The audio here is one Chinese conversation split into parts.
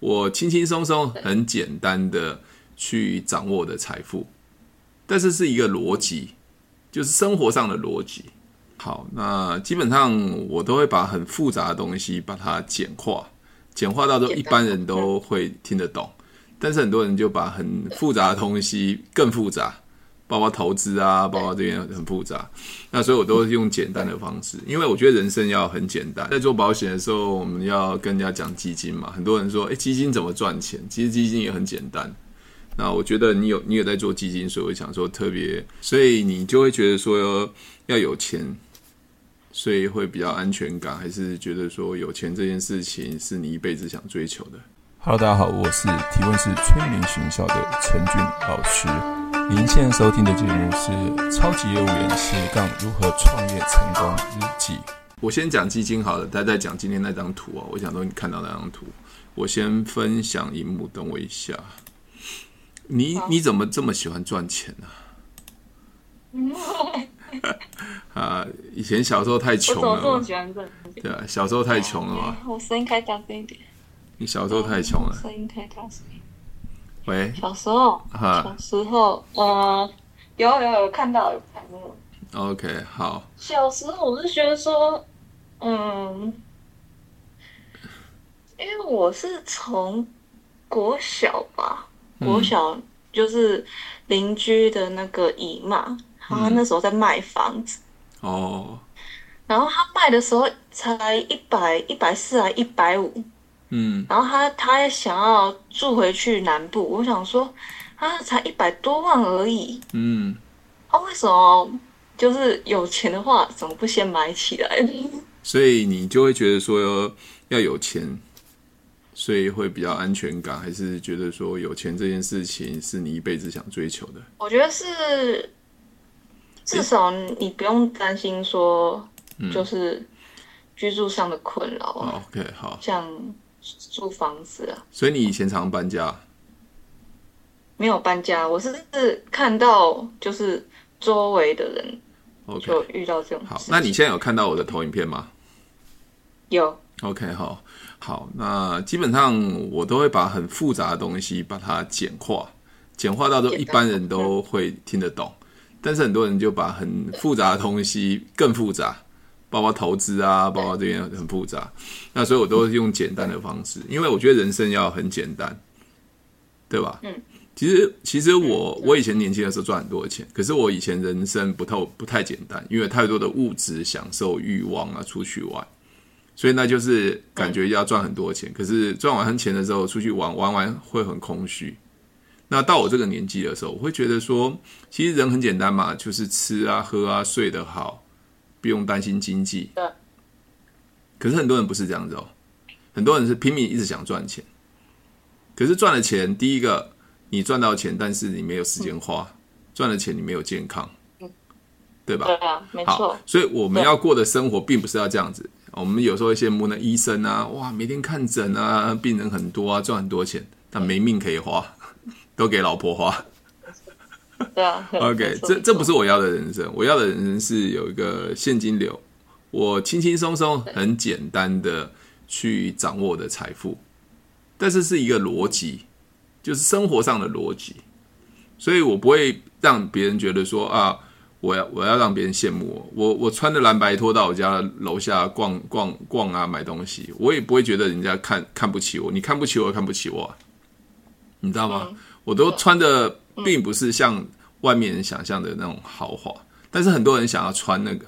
我轻轻松松、很简单的去掌握我的财富。但是是一个逻辑，就是生活上的逻辑。好，那基本上我都会把很复杂的东西把它简化，简化到都一般人都会听得懂。但是很多人就把很复杂的东西更复杂，包括投资啊，包括这边很复杂。那所以我都是用简单的方式，因为我觉得人生要很简单。在做保险的时候，我们要跟人家讲基金嘛，很多人说，哎、基金怎么赚钱？其实基金也很简单。那我觉得你有你有在做基金，所以我想说特别，所以你就会觉得说要有钱，所以会比较安全感，还是觉得说有钱这件事情是你一辈子想追求的。 Hello，大家好，我是提问是催眠学校的陈俊老师。您现在收听的节目是《超级业务员斜杠如何创业成功日记》。我先讲基金好了，大家再讲今天那张图哦。我想说你看到那张图，我先分享荧幕，等我一下。你你怎么这么喜欢赚钱呢、 啊？ 啊，以前小时候太嗯我穷怎么了这嘛，么喜欢这种东西？对啊，小时候太穷了嘛，我声音开大声一点。你小时候太穷了。声音开大声一点。喂，小时候，哈、小时候，啊呃，有有有看到有看到。 OK，好，小时候我是觉得说，嗯，因为我是从国小吧，嗯国小就是邻居的那个姨妈，嗯然后她那时候在卖房子。哦，然后他卖的时候才一百一百四还一百五，嗯，然后他他也想要住回去南部，我想说，他才一百多万而已，嗯，啊，为什么就是有钱的话，怎么不先买起来？所以你就会觉得说要有钱，所以会比较安全感，还是觉得说有钱这件事情是你一辈子想追求的？ 我觉得是，至少你不用担心说，就是居住上的困扰嗯啊，哦 OK，好，像租房子啊，所以你以前常搬家，没有搬家，我是是看到就是周围的人 OK，就遇到这种好事，情那你现在有看到我的投影片吗？有 OK，好，好，那基本上我都会把很复杂的东西把它简化，简化到都一简单般人都会听得懂，但是很多人就把很复杂的东西更复杂，包括投资啊，包括这边很复杂，那所以我都是用简单的方式，因为我觉得人生要很简单，对吧？嗯。其实，其实我我以前年轻的时候赚很多钱，可是我以前人生不透不太简单，因为有太多的物质享受欲望啊，出去玩。所以那就是感觉要赚很多钱，可是赚完钱的时候出去玩玩完会很空虚。那到我这个年纪的时候，我会觉得说，其实人很简单嘛，就是吃啊、喝啊、睡得好，不用担心经济对。可是很多人不是这样子哦，很多人是拼命一直想赚钱，可是赚了钱，第一个你赚到钱，但是你没有时间花，赚了钱你没有健康，对吧？对啊，没好错，，所以我们要过的生活并不是要这样子。我们有时候会羡慕那医生啊，哇，每天看诊啊，病人很多啊，赚很多钱，但没命可以花，都给老婆花。对啊。OK，没错这这不是我要的人生，我要的人生是有一个现金流，我轻轻松松、很简单的去掌握我的财富，但是是一个逻辑，就是生活上的逻辑，所以我不会让别人觉得说啊，我要我要让别人羡慕我，我我穿着蓝白拖到我家楼下逛逛逛啊，买东西，我也不会觉得人家看看不起我，你看不起我，看不起我啊、你知道吗？嗯我都穿的并不是像外面人想象的那种豪华，但是很多人想要穿那个，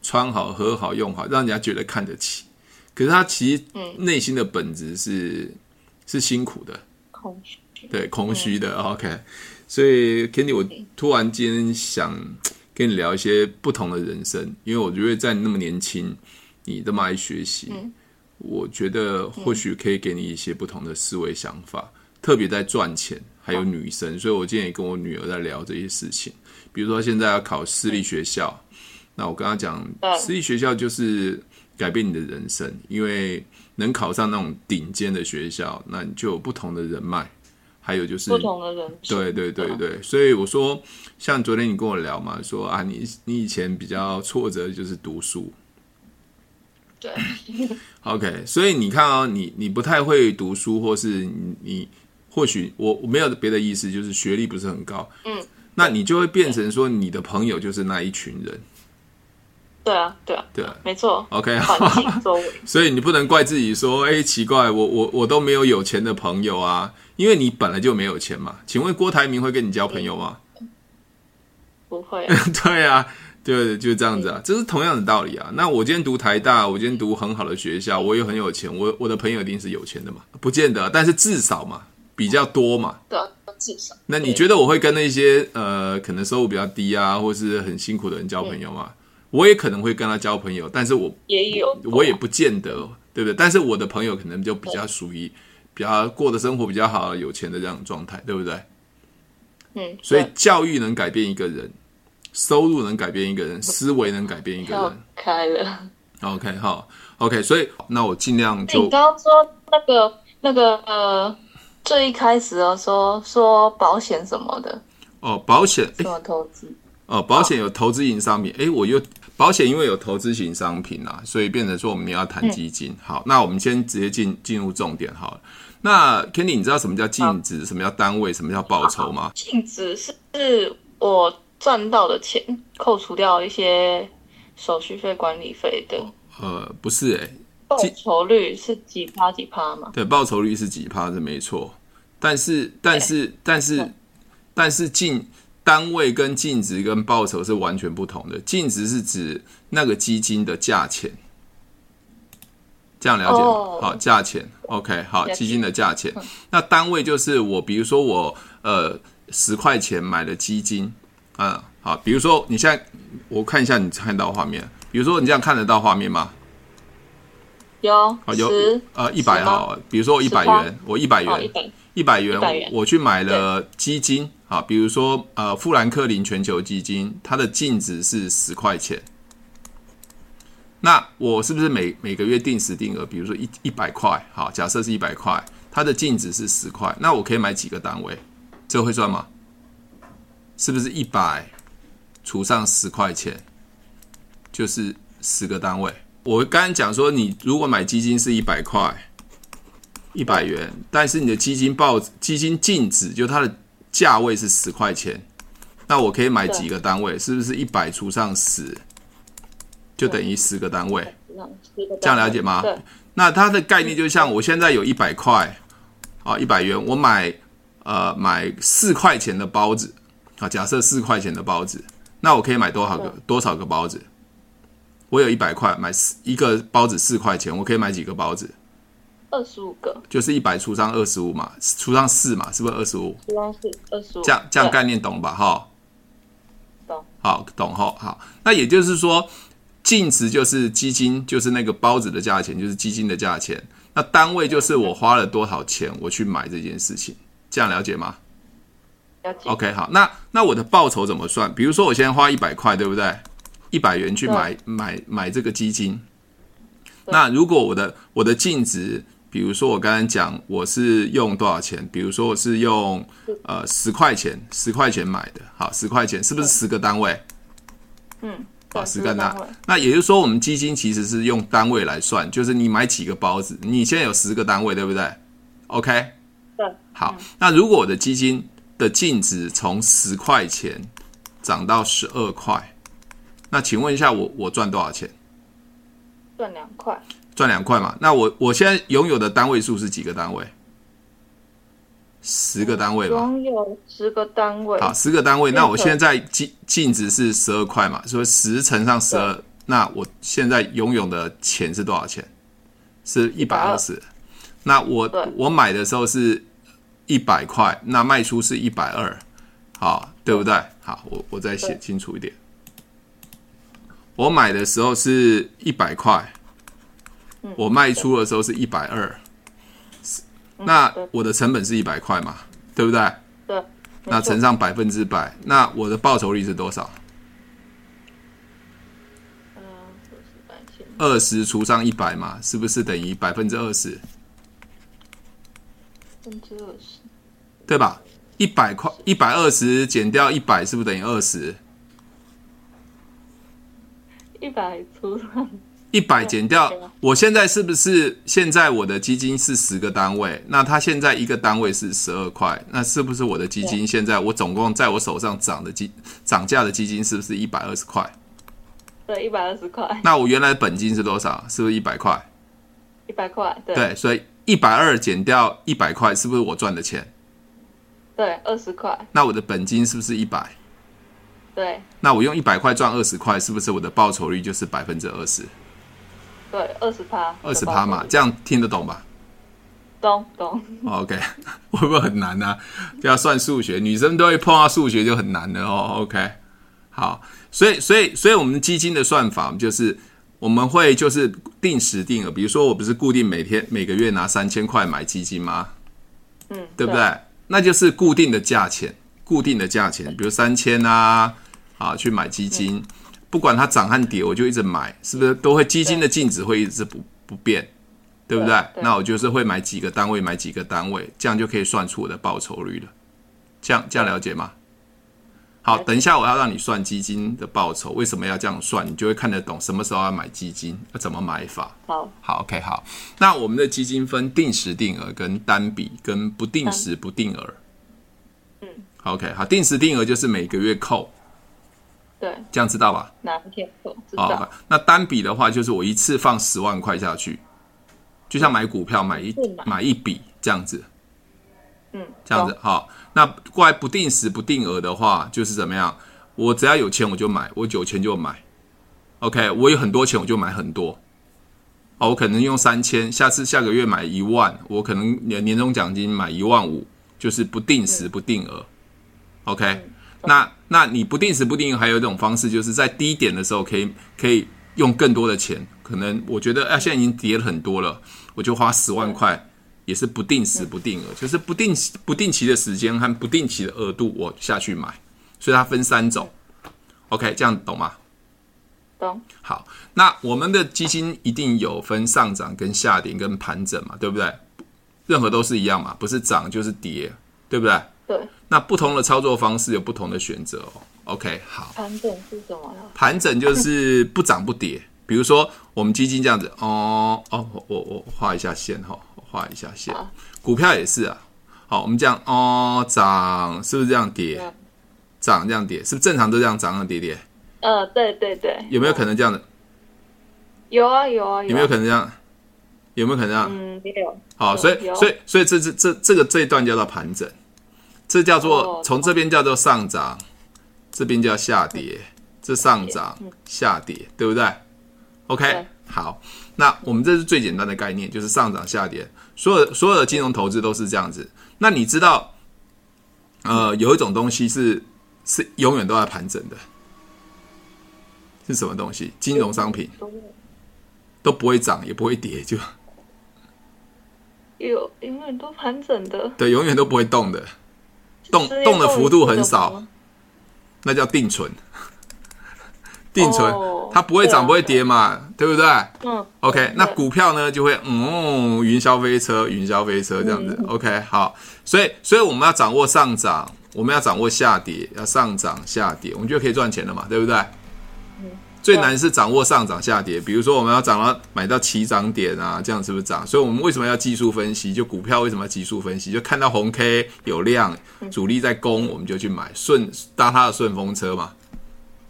穿好、喝好、用好，让人家觉得看得起。可是他其实内心的本质是是辛苦的，空虚对，空虚的。OK，所以 Candy，我突然间想跟你聊一些不同的人生，因为我觉得在你那么年轻，你这么爱学习，我觉得或许可以给你一些不同的思维想法，特别在赚钱，还有女生。所以我今天也跟我女儿在聊这些事情，比如说现在要考私立学校，那我跟她讲，对私立学校就是改变你的人生，因为能考上那种顶尖的学校，那你就有不同的人脉。还有就是不同的人生对对对嗯对，所以我说，像昨天你跟我聊嘛，说啊，你你以前比较挫折就是读书，对， OK，所以你看啊、你你不太会读书，或是你你或许我我没有别的意思，就是学历不是很高，嗯，那你就会变成说你的朋友就是那一群人，对啊，对啊，对啊没错， ，OK，环境 周围，所以你不能怪自己说，哎、奇怪，我我我都没有有钱的朋友啊，因为你本来就没有钱嘛。请问郭台铭会跟你交朋友吗？不会、啊， 对啊，对，就是这样子啊，这是同样的道理啊。那我今天读台大，我今天读很好的学校，我也很有钱，我我的朋友一定是有钱的嘛？不见得，啊但是至少嘛，比较多嘛。对啊，至少那你觉得我会跟那些呃可能收入比较低啊，或是很辛苦的人交朋友吗？我也可能会跟他交朋友，但是我也有，我也不见得，对不对？但是我的朋友可能就比较属于比较过的生活比较好、有钱的这样的状态，对不对？嗯，所以对教育能改变一个人，收入能改变一个人，思维能改变一个跳人。开了。 OK 哈，OK，所以那我尽量你就刚刚说那个那个呃，最一开始的说说保险什么的，哦，保险，哎什么投资，哦，保险有投资型商品，诶，哎我又保险因为有投资型商品啊，所以变成说我们要谈嗯基金。好，那我们先直接进进入重点好了。那 Kenny，你知道什么叫净值，什么叫单位，什么叫报酬吗？净值是是我赚到的钱，扣除掉一些手续费、管理费的。呃，不是、诶，报净酬率是几趴几趴嘛？对，报酬率是几趴，这没错。但是，但是，但是，但是净单位跟净值跟报酬是完全不同的。净值是指那个基金的价钱，这样了解吗？哦好，价钱，OK，好，了解嗯基金的价钱。那单位就是我，比如说我呃十块钱买了基金，嗯，好，比如说你现在我看一下你看到画面，比如说你这样看得到画面吗？有好，有十呃一百十吗好了，比如说我一百10元，我一百哦元一，百一百元100元我去买了基金啊，比如说呃富兰克林全球基金，它的净值是十块钱。那我是不是每每个月定时定额，比如说一一百块，好，假设是一百块，它的净值是十块，那我可以买几个单位？这会算吗？是不是一百除上十块钱，就是十个单位？我刚刚讲说，你如果买基金是一百块，一百元，但是你的基金报基金净值就它的价位是十块钱，那我可以买几个单位？是不是一百除上十，就等于十个单位？这这样了解吗对，那它的概念就像我现在有一百块，啊，一百元，我买呃买四块钱的包子，啊，假设四块钱的包子，那我可以买多少个多少个包子？我有一百块，买四一个包子四块钱，我可以买几个包子？二十五个，就是一百除上二十五嘛，除上四嘛，是不是二十五？一般是二十五，这样这样对概念懂吧？哈，懂。好，懂哈。好，那也就是说，净值就是基金，就是那个包子的价钱，就是基金的价钱。那单位就是我花了多少钱，我去买这件事情，这样了解吗了解。 ？OK，好。那那我的报酬怎么算？比如说，我现在花一百块，对不对？一百元去买买买这个基金。对那如果我的我的净值，比如说我刚才讲我是用多少钱，比如说我是用呃十块钱，十块钱买的，好，十块钱是不是十个单位？嗯，好，对十个单单位，那也就是说，我们基金其实是用单位来算，就是你买几个包子，你现在有十个单位，对不对？OK，对，好，那如果我的基金的净值从十块钱涨到十二块，那请问一下我我赚多少钱？赚两块，赚两块嘛？那我我现在拥有的单位数是几个单位？十个单位吧。总有十个单位，好，十个单位。任那何我现在净净值是十二块嘛？所以十乘上十二，那我现在拥有的钱是多少钱？是一百二十。那我对我买的时候是一百块，那卖出是一百二，好，对不对？好，我我再写对清楚一点。我买的时候是一百块，嗯我卖出的时候是一百二，那嗯对我的成本是一百块嘛，对不对？对，那没错乘上百分之百，那我的报酬率是多少？嗯，就是百千二十除上一百嘛，是不是等于百分之二十？分之二十，对吧？一百块，一百二十减掉一百，是不是等于二十？一百除上一百减掉对啊，我现在是不是现在我的基金是十个单位？那它现在一个单位是十二块，那是不是我的基金现在我总共在我手上涨的基涨价的基金是不是一百二十块？对，一百二十块，那我原来本金是多少？是不是一百块？一百块，对对，所以一百二减掉一百块，是不是我赚的钱？对，二十块，那我的本金是不是一百？对那我用一百块赚二十块，是不是我的报酬率就是百分之二十？对，二十趴，二十趴嘛，这样听得懂吧？哦懂懂， OK，会 不会很难呢、啊？就要算数学，女生都会碰到数学就很难了哦。OK，好，所以所以所以我们基金的算法就是我们会就是定时定额，比如说我不是固定每天每个月拿三千块买基金吗？嗯，对不对？那就是固定的价钱，固定的价钱，比如三千啊，啊，去买基金，不管它涨和跌，我就一直买，是不是都会基金的净值会一直不不变，对不对？对对那我就是会买几个单位，买几个单位，这样就可以算出我的报酬率了。这样这样了解吗？好，了解等一下我要让你算基金的报酬，为什么要这样算？你就会看得懂什么时候要买基金，要怎么买法。好，好，OK，好。那我们的基金分定时定额、跟单笔、跟不定时不定额。嗯，OK，好，定时定额就是每个月扣，对，这样知道吧？哪一天我知好道，，那单笔的话就是我一次放十万块下去，就像买股票买一嗯是买买一笔这样子，嗯，这样子懂，好。那过来不定时不定额的话，就是怎么样？我只要有钱我就买，我有钱就买。OK，我有很多钱我就买很多。哦，我可能用三千，下次下个月买一万，我可能年年终奖金买一万五，就是不定时不定额。OK，、那那你不定时不定额还有一种方式，就是在低点的时候可以可以用更多的钱，可能我觉得啊现在已经跌了很多了，我就花十万块，也是不定时不定额，就是不定不定期的时间和不定期的额度我下去买，所以它分三种。OK，这样懂吗？懂，好，那我们的基金一定有分上涨、跟下跌、跟盘整嘛，对不对？任何都是一样嘛，不是涨就是跌，对不对？对，那不同的操作方式有不同的选择哦。OK，好，盘整是什么呀？盘整就是不涨不跌，比如说我们基金这样子，哦哦，我我我画一下线哈、我画一下线好，股票也是啊。好，我们这样哦涨，是不是这样跌嗯？涨这样跌，是不是正常都这样涨涨啊跌跌？呃，对对对，啊有没有可能这样的？有啊有啊有啊，有没有可能这样？有没有可能这样？嗯，也有，好，所以有所以所以这这这这个这一段叫做盘整，这叫做哦从这边叫做上涨，这边叫下跌，这上涨下跌，对不对？OK，嗯对好，那我们这是最简单的概念，就是上涨下跌，所有所有的金融投资都是这样子。那你知道，呃，有一种东西是是永远都在盘整的，是什么东西？金融商品都有都不会涨也不会跌，就有，因为都盘整的，对，永远都不会动的。动失业动的幅度很率是什少么，那叫定存。定存、哦它不会涨对啊不会跌嘛，对不对嗯？OK，那对股票呢就会嗯、哦，云霄飞车，云霄飞车这样子。OK，好，所以所以我们要掌握上涨，我们要掌握下跌，要上涨下跌，我们就可以赚钱了嘛，对不对？最难是掌握上涨下跌，比如说我们要涨到买到起涨点啊，这样是不是涨？所以我们为什么要技术分析？就股票为什么要技术分析？就看到红 K 有量，嗯主力在攻，我们就去买，顺搭它的顺风车嘛。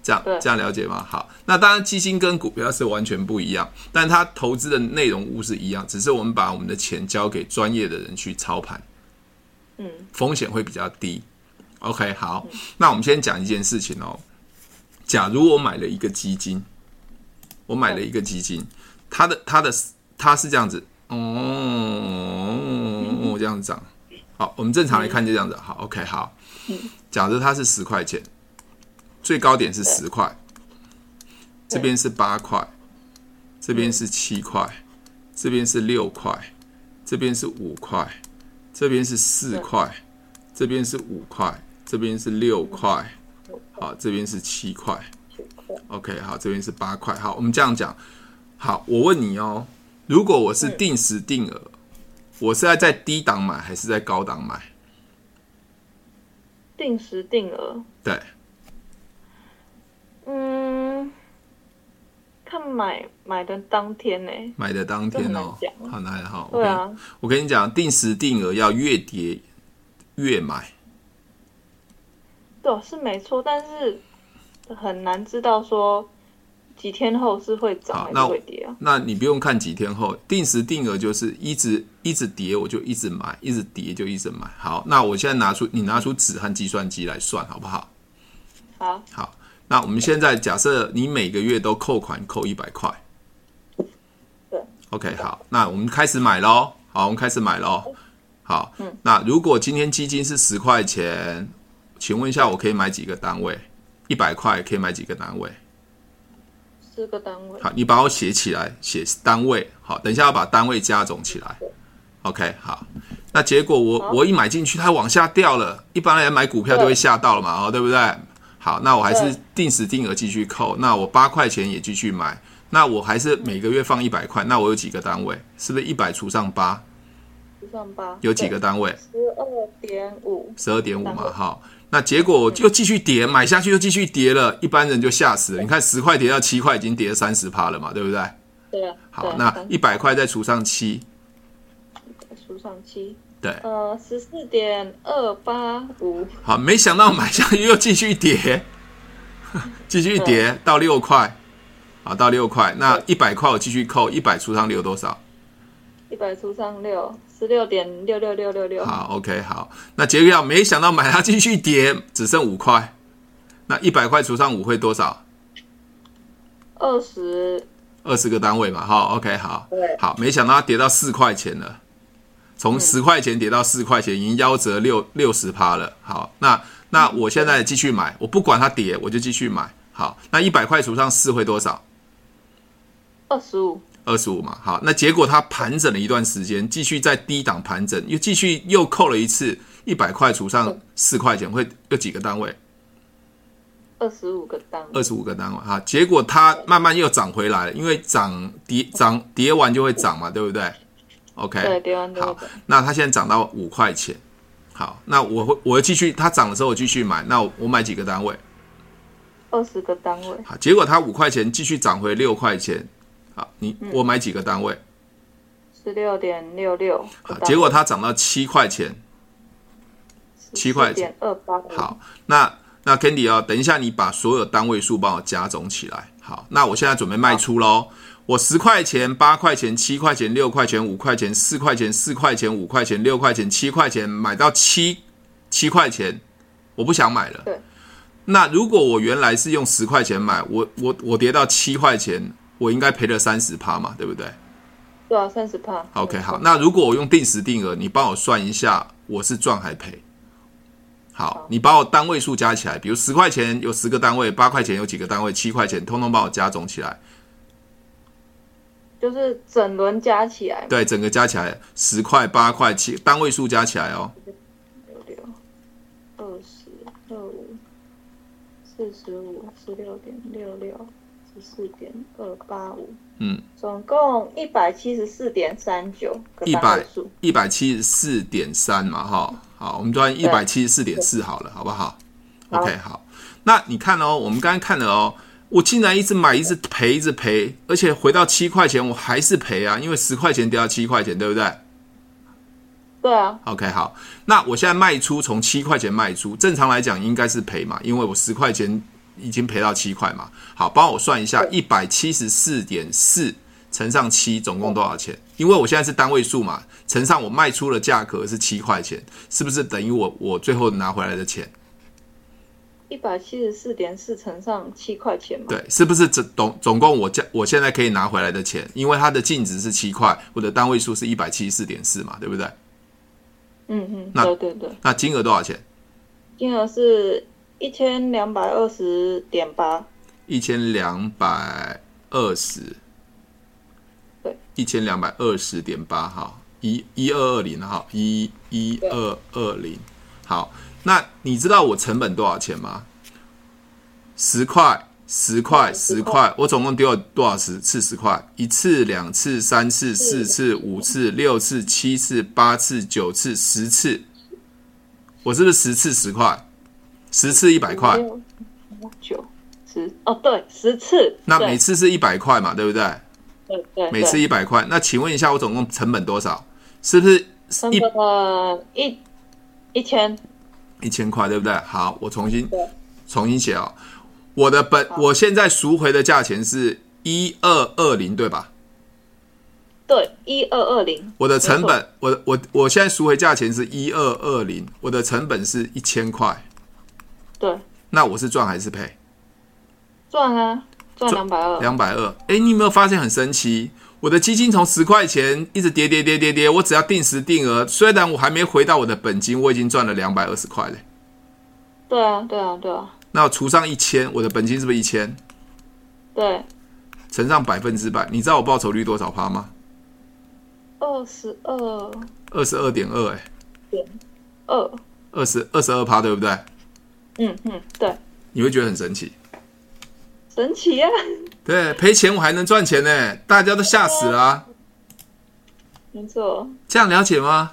这样对这样了解吗？好，那当然基金跟股票是完全不一样，但它投资的内容物是一样，只是我们把我们的钱交给专业的人去操盘，嗯，风险会比较低。OK，好，那我们先讲一件事情哦。假如我买了一个基金，我买了一个基金，它的它的它是这样子，哦，这样子涨。好，我们正常来看就这样子。好，OK，好。假设它是十块钱，最高点是十块，这边是八块，这边是七块，这边是六块，这边是五块，这边是四块，这边是五块，这边是六块，好，这边是七块。OK，好，啊这边是八块。好，我们这样讲。好，我问你哦，如果我是定时定额，我是要在低档买还是在高档买？定时定额，对，嗯，看买买的当天呢、买的当天哦这很难，讲好难好。对啊，我跟你讲，定时定额要越跌越买，对啊，是没错，但是很难知道说几天后是会涨好还那是我会跌啊。那你不用看几天后，定时定额就是一直一直跌，我就一直买，一直跌就一直买。好，那我现在拿出你拿出纸和计算机来算好不好？好，好，那我们现在假设你每个月都扣款扣一百块，对，OK，好，那我们开始买喽。好，我们开始买喽。好，那如果今天基金是十块钱，请问一下，我可以买几个单位？一百块可以买几个单位？四个单位，好，你把我写起来，写单位。好，等一下要把单位加总起来。OK，好。那结果我好我一买进去，它往下掉了。一般人买股票都会对吓到了嘛，哦，对不对？好，那我还是对定时定额继续扣。那我八块钱也继续买。那我还是每个月放一百块。那我有几个单位？是不是一百除上八十上八，有几个单位？十二点五，十二点五嘛，然后哈。那结果又继续跌，买下去又继续跌了，一般人就吓死了。你看十块跌到七块，已经跌了三十趴了嘛，对不对？对啊，好，那一一百块再除上七，数上七，对，呃，十四点二八五，好，没想到买下去又继续跌， 继续跌到六块，好，到六块，那一百块我继续扣，一百除上六多少？一百除上六，十六点六六六六六，好，OK，好，那结果没想到买它继续跌，只剩五块，那一百块除上五会多少？二十，二十个单位嘛，哈，OK，好对，嗯好，没想到它跌到四块钱了，从十块钱跌到四块钱，已经夭折六六十趴了。好，那那嗯我现在继续买，我不管它跌，我就继续买。好，那一百块除上四会多少？二十五，二十五嘛。好，那结果它盘整了一段时间，继续在低档盘整，又继续又扣了一次，一百块除上嗯四块钱会有几个单位？二十五个单位二，十五个单位哈，结果它慢慢又涨回来了，因为涨跌涨跌完就会涨嘛，对不对？OK，对，跌完多哎好个，那它现在涨到五块钱，好，那我会我会继续，它涨的时候我继续买，那我我买几个单位？二十个单位，好，结果它五块钱继续涨回六块钱，好，你我买几个单位？十六点六六，好，结果它涨到七块钱，七块钱点二八五，好，那那 Candy 哦，等一下你把所有单位数帮我加总起来。好，那我现在准备卖出喽。我十块钱、八块钱、七块钱、六块钱、五块钱、四块钱、四块钱、五块钱、六块钱、七块钱，买到七七块钱，我不想买了。对。那如果我原来是用十块钱买，我我我跌到七块钱，我应该赔了三十趴嘛，对不对？对啊，三十帕。 OK，好，那如果我用定时定额，你帮我算一下，我是赚还赔？好好，你把我单位数加起来，比如十块钱有十个单位，八块钱有几个单位，七块钱，通通帮我加总起来，就是整轮加起来嘛，对，整个加起来十块、八块、七单位数加起来哦，六六二十二五四十五十六点六六十四点二八五，嗯，总共一百七十四点三九个单位数，一百七十四点三嘛，哈，好，我们就按一百七十四点四好了，好不好好？OK，好，那你看哦，我们刚刚看了哦。我竟然一直买，一直赔，一直赔，而且回到七块钱，我还是赔啊，因为十块钱掉到七块钱，对不对？对啊， OK，好，那我现在卖出从七块钱卖出，正常来讲应该是赔嘛，因为我十块钱已经赔到七块嘛。好，帮我算一下，一百七十四点四乘上七，总共多少钱？因为我现在是单位数嘛，乘上我卖出的价格是七块钱，是不是等于我我最后拿回来的钱？一百七十四点四乘上七块钱嘛，对，是不是总总总共我价我现在可以拿回来的钱？因为它的净值是七块，我的单位数是一百七十四点四嘛，对不对？嗯嗯，那对对对，那金额多少钱？金额是一千两百二十点八，一千两百二十，对，一千两百二十点八哈，一一二二零哈，一一二二零。好，那你知道我成本多少钱吗？十块，十块，嗯十10块，我总共丢了多少十次十块？一次、两次、三次、四是次、五次、六次、七次、八次、九次、十次。我是不是十次十块？十次一百块？六九十哦，对，十次。那对每次是一百块嘛，对不对？对对，每次一百块。那请问一下，我总共成本多少？是不是成一本一一千，一千块，对不对？好，我重新对重新写哦。我的本，我现在赎回的价钱是一二二零，对吧？对，一二二零。我的成本，我我我现在赎回价钱是一二二零，我的成本是一千块，对，那我是赚还是赔？赚啊，赚两百二。两百二。哎，你有没有发现很神奇？我的基金从十块钱一直跌跌跌跌跌，我只要定时定额，虽然我还没回到我的本金，我已经赚了两百二十块嘞。对啊，对啊，对啊，那除上一千，我的本金是不是一千？对，乘上百分之百，你知道我报酬率多少趴吗？二十二二十二点二，哎，二，二十二十二趴，对不对？嗯嗯，对，你会觉得很神奇。神奇啊！对，赔钱我还能赚钱呢，大家都吓死了、啊。没错，这样了解吗？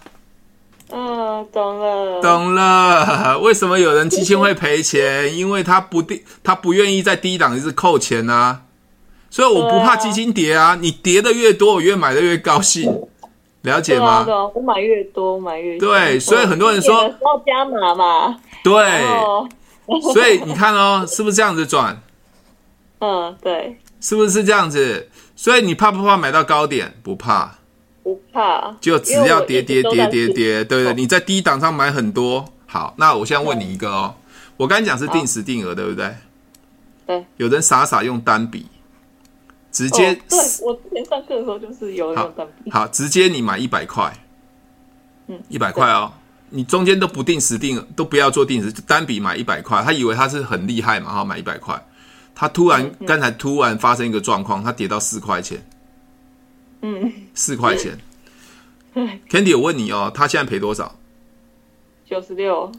嗯、懂了，懂了， 为什么有人基金会赔钱？因为他不定，他不愿意在低档一直扣钱啊。所以我不怕基金跌啊，你跌的越多，我越买的越高兴，了解对啊，吗对？啊，我买越多买越多对所以很多人说有的时候加码嘛，对，然后所以你看哦，是不是这样子转？嗯，对，是不是这样子？所以你怕不怕买到高点？不怕，不怕，就只因为要我跌一跌直都跌在跌试，跌，对对，你在低档上买很多。好，那我现在问你一个哦，我刚才讲是定时定额，对不对？对。有人傻傻用单笔，直接、哦、对我之前上课的时候就是有那好种单笔，好，直接你买一百块，嗯，一百块哦，你中间都不定时定，都不要做定时，就单笔买一百块，他以为他是很厉害嘛，哈，买一百块，他突然刚才突然发生一个状况，他跌到四块钱，嗯，四块 钱对， ，Candy，我问你哦，他现在赔多少？九十六，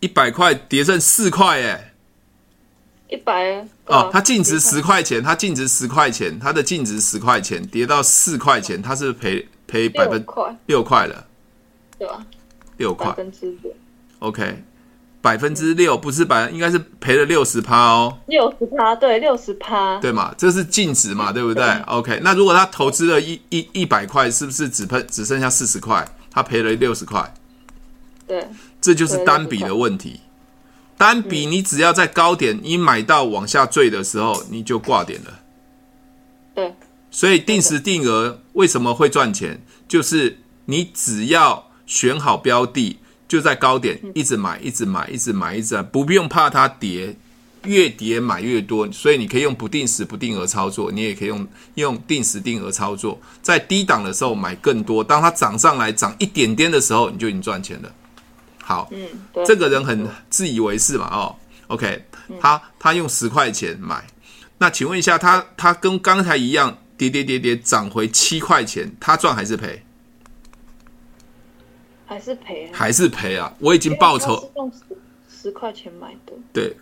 一百块跌剩四块哎，一百哦，它净值十块钱，它净值十块钱，它的净值十块钱跌到四块钱，它是赔赔百六分块，六块了，对吧？六百块分之六，OK，百分之六不是百，应该是赔了六十趴哦，六十趴，对，六十趴，对嘛？这是净值嘛，对不对？OK，那如果他投资了一一一百块，是不是只喷只剩下四十块？他赔了六十块，对这就是单笔的问题。单笔你只要在高点你买到往下坠的时候，你就挂点了。对所以定时定额为什么会赚钱？就是你只要选好标的，就在高点一直买，一直买，一直买，一直买，不用怕它跌，越跌买越多。所以你可以用不定时、不定额操作，你也可以用用定时定额操作，在低档的时候买更多，当它涨上来涨一点点的时候，你就已经赚钱了。好，嗯，对，这个人很自以为是嘛，哦，OK，他嗯他用十块钱买，那请问一下，他他跟刚才一样跌跌跌跌涨回七块钱，他赚还是赔？还是赔啊，还是赔啊！我已经报因为酬，它是用十十块钱买的，对，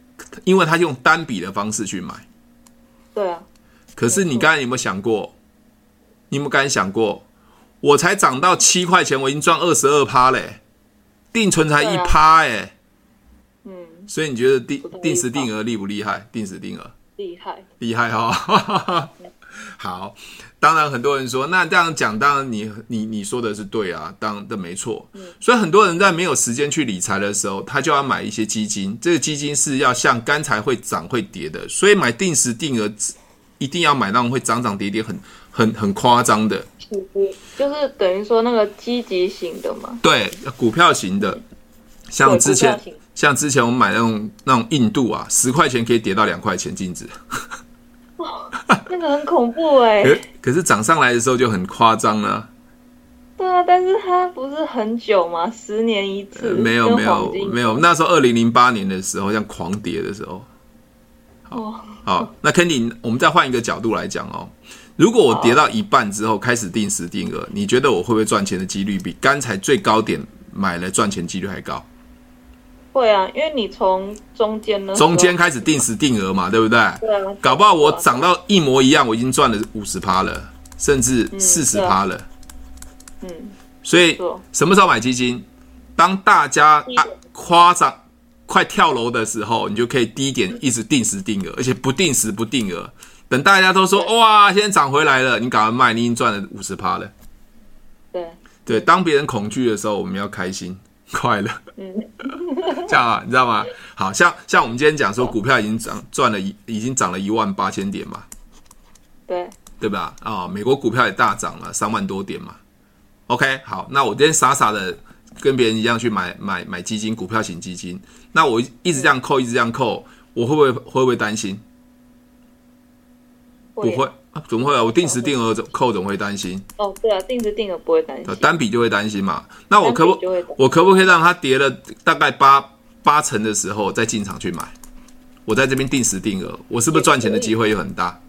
因为他用单笔的方式去买。对啊，可是你刚才有没有想过？你有没有刚才想过？我才涨到七块钱，我已经赚二十二趴嘞，定存才一对啊趴哎，嗯，所以你觉得定不同意定时定吧额厉不厉害？定时定额。厉害，厉害哈、哦！ 好，当然很多人说，那这样讲，当然你你你说的是对啊，当然这没错。嗯所以很多人在没有时间去理财的时候，他就要买一些基金，这个基金是要像刚才会涨会跌的，所以买定时定额一定要买那种会涨涨跌跌很很很夸张的，就是等于说那个积极型的嘛，对，股票型的，像对之前股票型像之前我们买那种那种印度啊，十块钱可以跌到两块钱净值。那个很恐怖哎、可可是涨上来的时候就很夸张了。对啊，但是它不是很久嘛，十年一次，呃没有跟没黄有金没有，那时候二零零八年的时候，像狂跌的时候，哦，好，那 Candy，我们再换一个角度来讲哦。如果我跌到一半之后开始定时定额，你觉得我会不会赚钱的几率比刚才最高点买了赚钱几率还高？会啊，因为你从中间呢，中间开始定时定额嘛，对不对？对啊，搞不好我涨到一模一样，我已经赚了五十趴了，甚至四十趴了。嗯，所以错什么时候买基金？当大家啊夸张快跳楼的时候，你就可以低点一直定时定额，而且不定时不定额。等大家都说哇，现在涨回来了，你赶快卖，你已经赚了五十趴了。对，对，当别人恐惧的时候，我们要开心 快乐，嗯，这样啊，你知道吗？好像像我们今天讲说，股票已经涨赚了一，已经涨了一万八千点嘛，对，对吧？啊、美国股票也大涨了三万多点嘛。OK，好，那我今天傻傻的跟别人一样去买买买基金，股票型基金，那我一直这样嗯扣，一直这样扣，我会不会会不会担心？不会啊，怎么会啊？我定时定额怎扣，怎么会担心？哦，对啊，定时定额不会担呃心，单笔就会担心嘛。那我可单笔就会不担心我可不可以让它跌了大概八八成的时候再进场去买？我在这边定时定额，我是不是赚钱的机会又很大？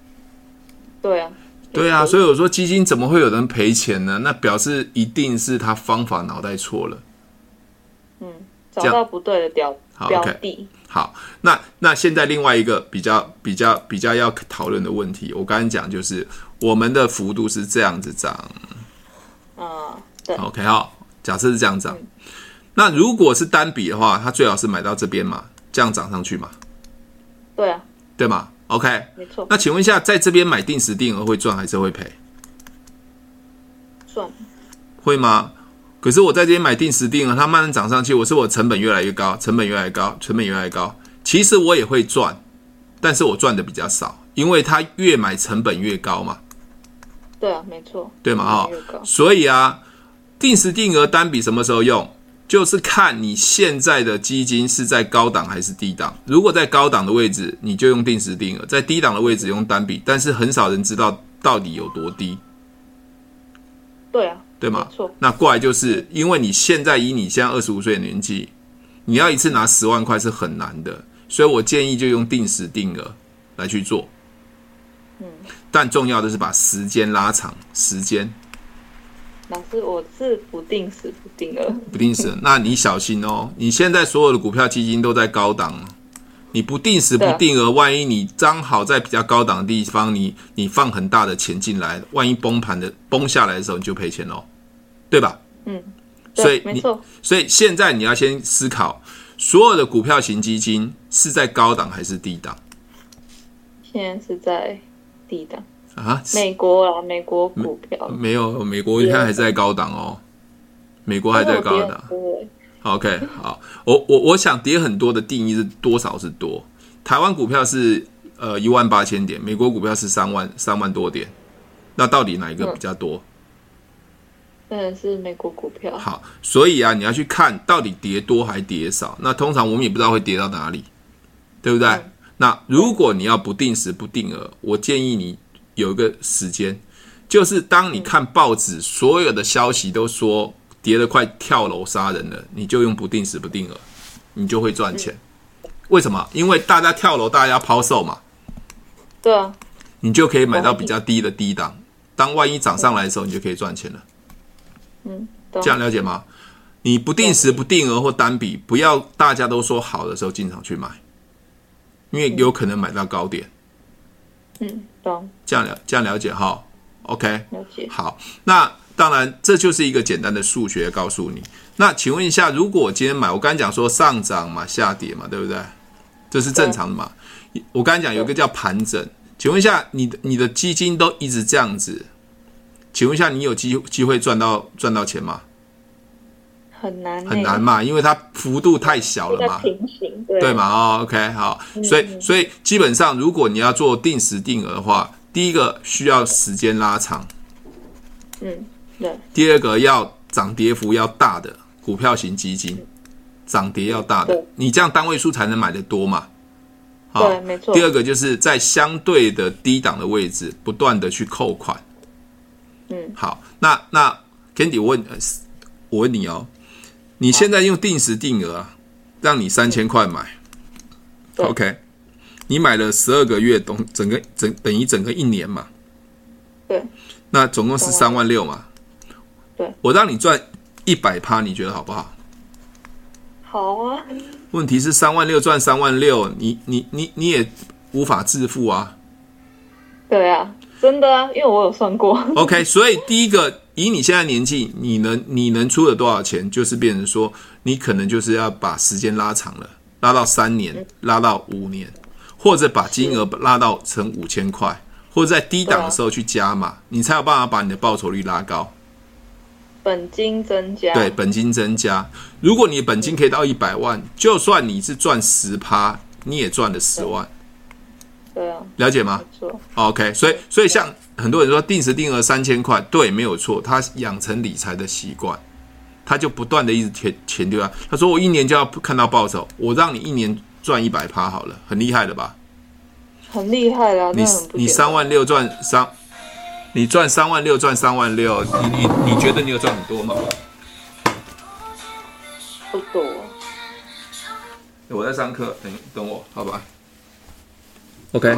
对啊，对啊，所以以我说基金怎么会有人赔钱呢？那表示一定是他方法脑袋错了。找这样到不对的标好标 OK 的，好，那那现在另外一个比较比较比较要讨论的问题，我刚才讲就是我们的幅度是这样子涨，啊，对， OK 好，假设是这样涨，那如果是单笔的话，它最好是买到这边嘛，这样涨上去嘛，对啊，对吗？OK，没错，那请问一下，在这边买定时定额会赚还是会赔？算了，会吗？可是我在这边买定时定额，它慢慢涨上去，我是我成本越来越高，成本越来越高，成本越来越高。其实我也会赚，但是我赚的比较少，因为它越买成本越高嘛。对啊，没错，对嘛哈、越高所以啊，定时定额单笔什么时候用，就是看你现在的基金是在高档还是低档。如果在高档的位置，你就用定时定额；在低档的位置用单笔，但是很少人知道到底有多低，对啊，对吗没错？那过来就是因为你现在以你现在二十五岁的年纪，你要一次拿十万块是很难的，所以我建议就用定时定额来去做。嗯但重要的是把时间拉长，时间。老师，我是不定时不定 额，不定时，那你小心哦！你现在所有的股票基金都在高档，你不定时不对定额，万一你刚好在比较高档的地方，你你放很大的钱进来，万一崩盘的崩下来的时候，你就赔钱喽，对吧？嗯对所以没你错，所以现在你要先思考，所有的股票型基金是在高档还是低档现在是在低档，啊？美国啊，美国股票，没有，美国你看还是在高档哦，美国还在高档。对， OK，好，我我我想跌很多的定义是多少是多？台湾股票是呃一万八千点，美国股票是三万三万多点，那到底哪一个比较多？真的是美国股票，好，所以啊，你要去看到底跌多还跌少。那通常我们也不知道会跌到哪里，对不对？嗯那如果你要不定时不定额，我建议你有一个时间，就是当你看报纸，所有的消息都说跌得快跳楼杀人了，你就用不定时不定额，你就会赚钱。为什么？因为大家跳楼，大家抛售嘛，对啊，你就可以买到比较低的低档。当万一涨上来的时候，你就可以赚钱了。嗯，懂这样了解吗？你不定时、不定额或单笔，不要大家都说好的时候进场去买，因为有可能买到高点。嗯，懂，这样了，这样了解哈？OK，了解，好。那当然，这就是一个简单的数学告诉你。那请问一下，如果我今天买，我刚才讲说上涨嘛、下跌嘛，对不对？这是正常的嘛？我刚才讲有一个叫盘整，请问一下，你的你的基金都一直这样子，请问一下，你有机机会赚到赚到钱吗？很难欸，很难嘛，因为它幅度太小了在嘛，平行，对嗯对？嘛？哦，OK，好，所以所以基本上，如果你要做定时定额的话，第一个需要时间拉长，嗯，对，第二个要涨跌幅要大的股票型基金，涨跌要大的对，你这样单位数才能买得多嘛。好对没错第二个就是在相对的低档的位置，不断的去扣款。嗯，好，那那 Candy，我问，呃我问你哦，你现在用定时定额啊，让你三千块买对，OK，你买了十二个月，等整个整等于整个一年嘛，对，那总共是三万六嘛，对，我让你赚一百趴，你觉得好不好？好啊，问题是三万六赚三万六，你你你你也无法致富啊，对啊，真的啊，因为我有算过， OK，所以第一个，以你现在年纪，你能你能出了多少钱，就是变成说，你可能就是要把时间拉长了，拉到三年，拉到五年，或者把金额拉到成五千块，或者在低档的时候去加码，你才有办法把你的报酬率拉高。本金增加，对，本金增加。如果你本金可以到一百万，就算你是赚十趴，你也赚了十万，对啊，了解吗没？错， OK，所以所以像很多人说定时定额三千块，对，没有错，他养成理财的习惯，他就不断的一直钱钱丢啊。他说我一年就要看到报酬，我让你一年赚一百趴好了，很厉害的吧？很厉害啦，你那很不你简单三万六赚三，你赚三万六赚三万六，你你你觉得你有赚很多吗？不多，我在上课，等等我，好吧？OK，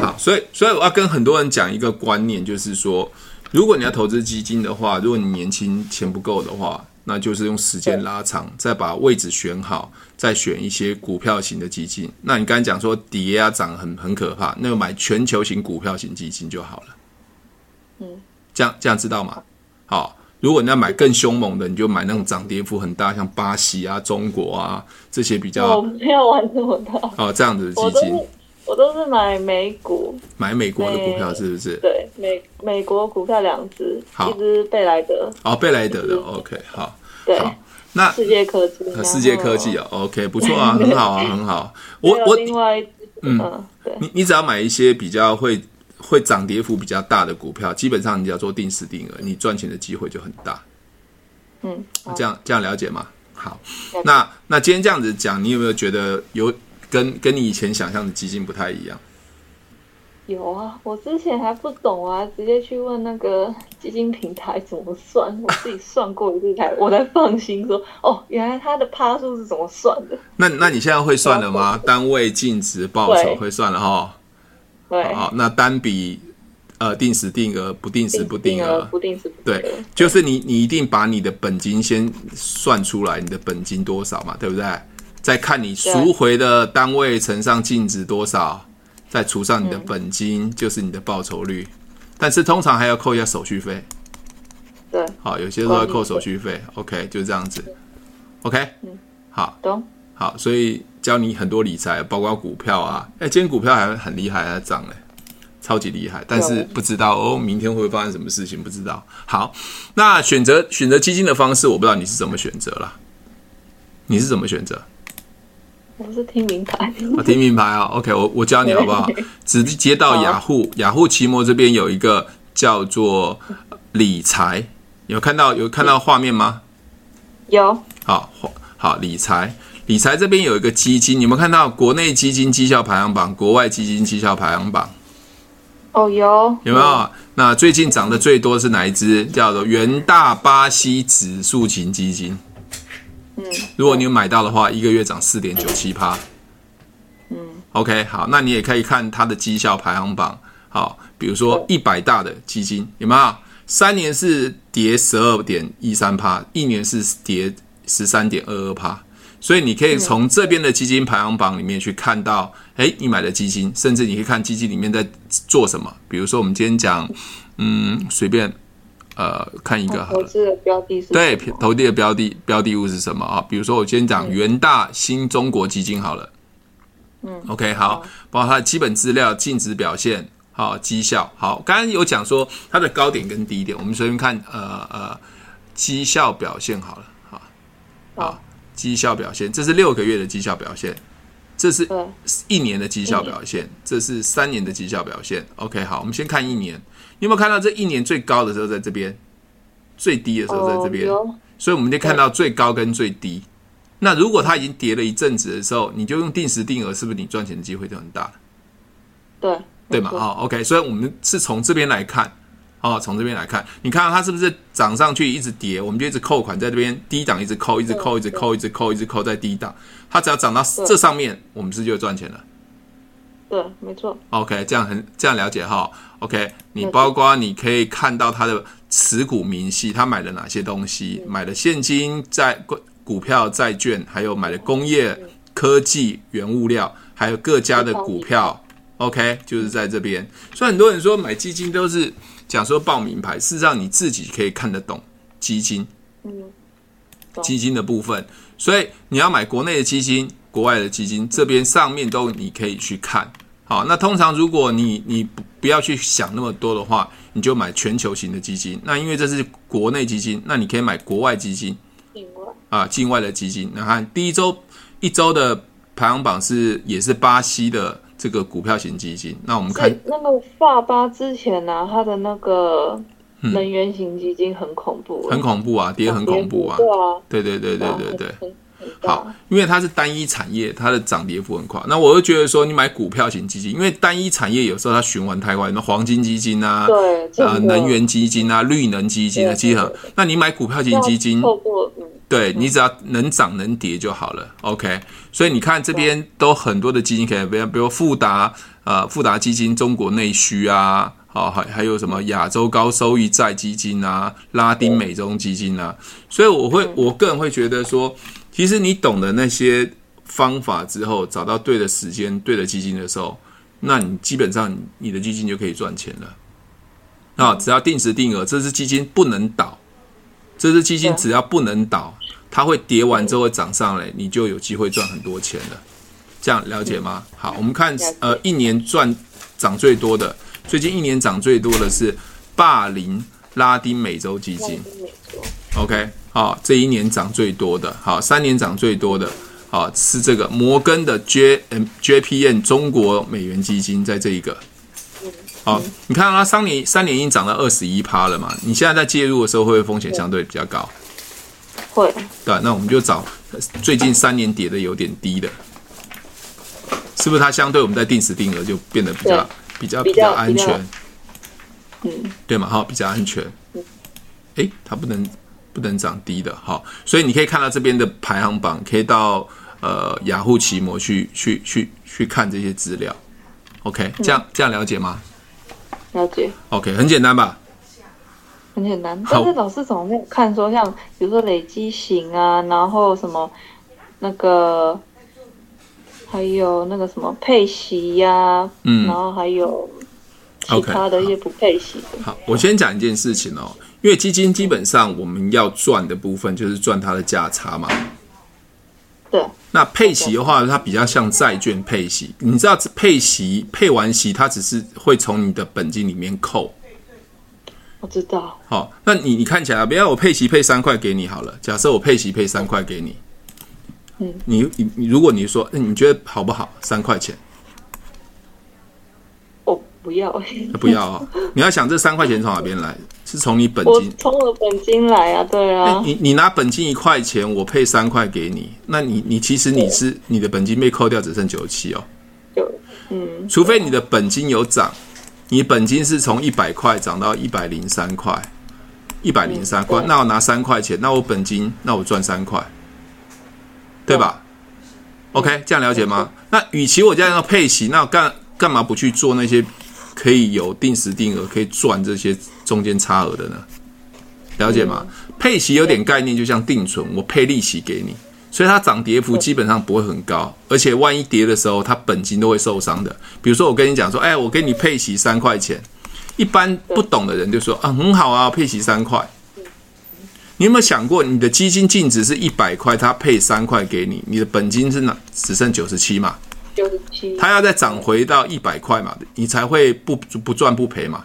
好，所以所以我要跟很多人讲一个观念，就是说，如果你要投资基金的话，如果你年轻钱不够的话，那就是用时间拉长，再把位置选好，再选一些股票型的基金。那你刚才讲说跌啊涨很很可怕，那个买全球型股票型基金就好了。嗯，这样这样知道吗？好，如果你要买更凶猛的，你就买那种涨跌幅很大，像巴西啊、中国啊这些比较。我没有玩这 么大，哦，这样子的我基都金是我都是买美股，买美国的股票是不是？对美美国股票两只，好一只贝莱德，哦，贝莱德的，OK，好，对，好那世界科技，呃世界科技啊，啊，OK，不错 啊，很好啊，很好。我还有我另外一只，嗯，对，你你只要买一些比较会会涨跌幅比较大的股票，基本上你只要做定时定额，你赚钱的机会就很大。嗯，好这样这样了解吗？好了解，那那今天这样子讲，你有没有觉得有跟跟你以前想象的基金不太一样？有啊，我之前还不懂啊，直接去问那个基金平台怎么 算，我自己算过一次才，我才放心说，哦，原来它的趴数是怎么算的。那那你现在会算了吗？单位净值报酬对会算了哈。对，好，那单笔呃定时定额，不定时定不时定额额，不定时不定额对，就是你你一定把你的本金先算出来，你的本金多少嘛，对不对？再看你赎回的单位乘上净值多少，再除上你的本金，就是你的报酬率。但是通常还要扣一下手续费，对，好，有些时候要管理扣手费续费。OK，就这样子。OK，好，懂？好，所以教你很多理财，包括股票啊。哎、今天股票还很厉害，还涨嘞，超级厉害。但是不知道哦，明天会不会发生什么事情不知道。好，那选择选择基金的方式，我不知道你是怎么选择啦。你是怎么选择？我是听明台，啊，听品牌啊，OK，我我教你好不好？直接到好雅虎，雅虎奇摩这边有一个叫做理财，有看到有看到画面吗？ 有好，好好，理财，理财这边有一个基金，你有没有看到国内基金绩效排行榜、国外基金绩效排行榜？哦有有没有？那最近涨得最多是哪一只？叫做元大巴西指数型基金。嗯，如果你有买到的话，一个月涨四点九七趴。嗯，OK，好，那你也可以看它的绩效排行榜。好，比如说一百大的基金有没有？三年是跌十二点一三趴，一年是跌十三点二二趴。所以你可以从这边的基金排行榜里面去看到，哎，你买的基金，甚至你可以看基金里面在做什么。比如说，我们今天讲，嗯，随便，呃，看一个好投了。资的标的 是对，什么投递的标的标的物是什么啊？比如说我今天讲元大新中国基金好了，嗯，OK，好，包括它的基本资料、净值表现、好绩效，好，刚刚有讲说它的高点跟低点，我们随便看，呃呃，绩效表现好了，好，好好，绩效表现，这是六个月的绩效表现，这是对一年的绩效表现，这是三年的绩效表现。OK，好，我们先看一年，你有没有看到这一年最高的时候在这边，最低的时候在这边？哦有所以我们就看到最高跟最低。那如果它已经跌了一阵子的时候，你就用定时定额，是不是你赚钱的机会就很大了？对对嘛？没错哦，OK，所以我们是从这边来看，哦，从这边来看，你看到它是不是涨上去一直跌，我们就一直扣款在这边低档一直扣，一直扣，一直扣，一直扣，一直扣在低档，它只要涨到这上面，我们是不是就赚钱了。对没错， OK，这样很这样了解哈。OK，你了解包括你可以看到他的持股明细，他买了哪些东西，买了现金、债、股股票、债券，还有买了工业、科技、原物料，还有各家的股票。OK，就是在这边。所以很多人说买基金都是讲说报名牌，事实上你自己可以看得懂基金嗯，懂基金的部分。所以你要买国内的基金、国外的基金，这边上面都你可以去看。好，那通常如果你你不不要去想那么多的话，你就买全球型的基金。那因为这是国内基金，那你可以买国外基金另外，啊，境外的基金。那看第一周一周的排行榜是也是巴西的这个股票型基金。那我们看是那个发八之前呢、啊，它的那个能源型基金很恐怖、嗯很恐怖啊，跌很恐怖啊，对啊，对对对对对对。很，很很好大，因为它是单一产业，它的涨跌幅很快。那我就觉得说，你买股票型基金，因为单一产业有时候它循环太快，那黄金基金啊，对，真呃，的能源基金啊，绿能基金啊，对其实很那你买股票型要基金，透过嗯，对你只要能涨能跌就好了。OK，所以你看这边都很多的基金可以，比如比如富达呃富达基金中国内需啊，好、还还有什么亚洲高收益债基金啊，拉丁美洲基金啊，所以我嗯会我个人会觉得说，其实你懂得那些方法之后，找到对的时间、对的基金的时候，那你基本上你的基金就可以赚钱了。啊，嗯只要定时定额，这只基金不能倒，这只基金对嗯只要不能倒，它会跌完之后会涨上来，你就有机会赚很多钱了。这样了解吗？好，我们看嗯解呃一年赚涨最多的，最近一年涨最多的是霸凌拉丁美洲基那金。是美国 OK，好、这一年涨最多的，好，三年涨最多的，好是这个摩根的 J M JPN 中国美元基金，在这一个。好，你看它三年三年已经涨到二十一趴了嘛，你现在在介入的时候，会不会风险相对比较高？会对啊吧，那我们就找呃最近三年跌的有点低的，是不是它相对我们在定时定额就变得比较比较比较较安比较全，嗯对嘛？哈，比较安全。诶，它不能不能涨低的哈，所以你可以看到这边的排行榜，可以到呃雅虎奇摩去去去去看这些资料。OK，这嗯样这样了解吗了解。 ？OK，很简单吧？很简单，好但是老师怎么没有看说像比如说累积型啊，然后什么那个，还有那个什么配息呀、嗯然后还有其 OK，他的一些不配息的好，我先讲一件事情哦，因为基金基本上我们要赚的部分就是赚它的价差嘛。对，那配息的话，它比较像债券配息。你知道配息配完息，它只是会从你的本金里面扣。我知道，好、那你你看起来，不要我配息配三块给你好了。假设我配息配三块给你，嗯，你你你如果你说，嗯，你觉得好不好？三块钱，我不要，那不要 哦。你要想这三块钱从哪边来？是从你本我金。从我本金来啊，对啊，哎你你拿本金一块钱，我配三块给你，那你你其实你是你的本金被扣掉只剩九七哦，就嗯，除非你的本金有涨，你本金是从一百块涨到一百零三块，一百零三块嗯，对那我拿三块钱，那我本金那我赚三块，对吧？OK，这样了解吗？那与其我这样要配息，那我干干嘛不去做那些可以有定时定额可以赚这些中间差额的呢？了解吗？配息有点概念，就像定存，我配利息给你，所以它涨跌幅基本上不会很高，而且万一跌的时候，它本金都会受伤的。比如说我跟你讲说，哎，我给你配息三块钱，一般不懂的人就说啊，很好啊，配息三块。你有没有想过，你的基金净值是一百块，它配三块给你，你的本金是哪只剩九十七嘛？九十七，它要再涨回到一百块嘛，你才会不不赚不赔嘛。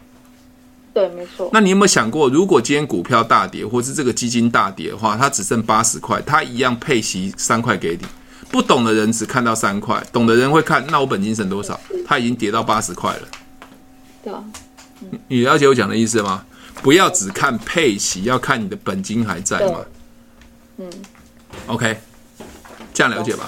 对，没错，那你有没有想过，如果今天股票大跌，或是这个基金大跌的话，它只剩八十块，它一样配息三块给你。不懂的人只看到三块，懂的人会看，那我本金剩多少？它已经跌到八十块了。对啊，你了解我讲的意思吗？不要只看配息，要看你的本金还在吗？嗯，OK，这样了解吧？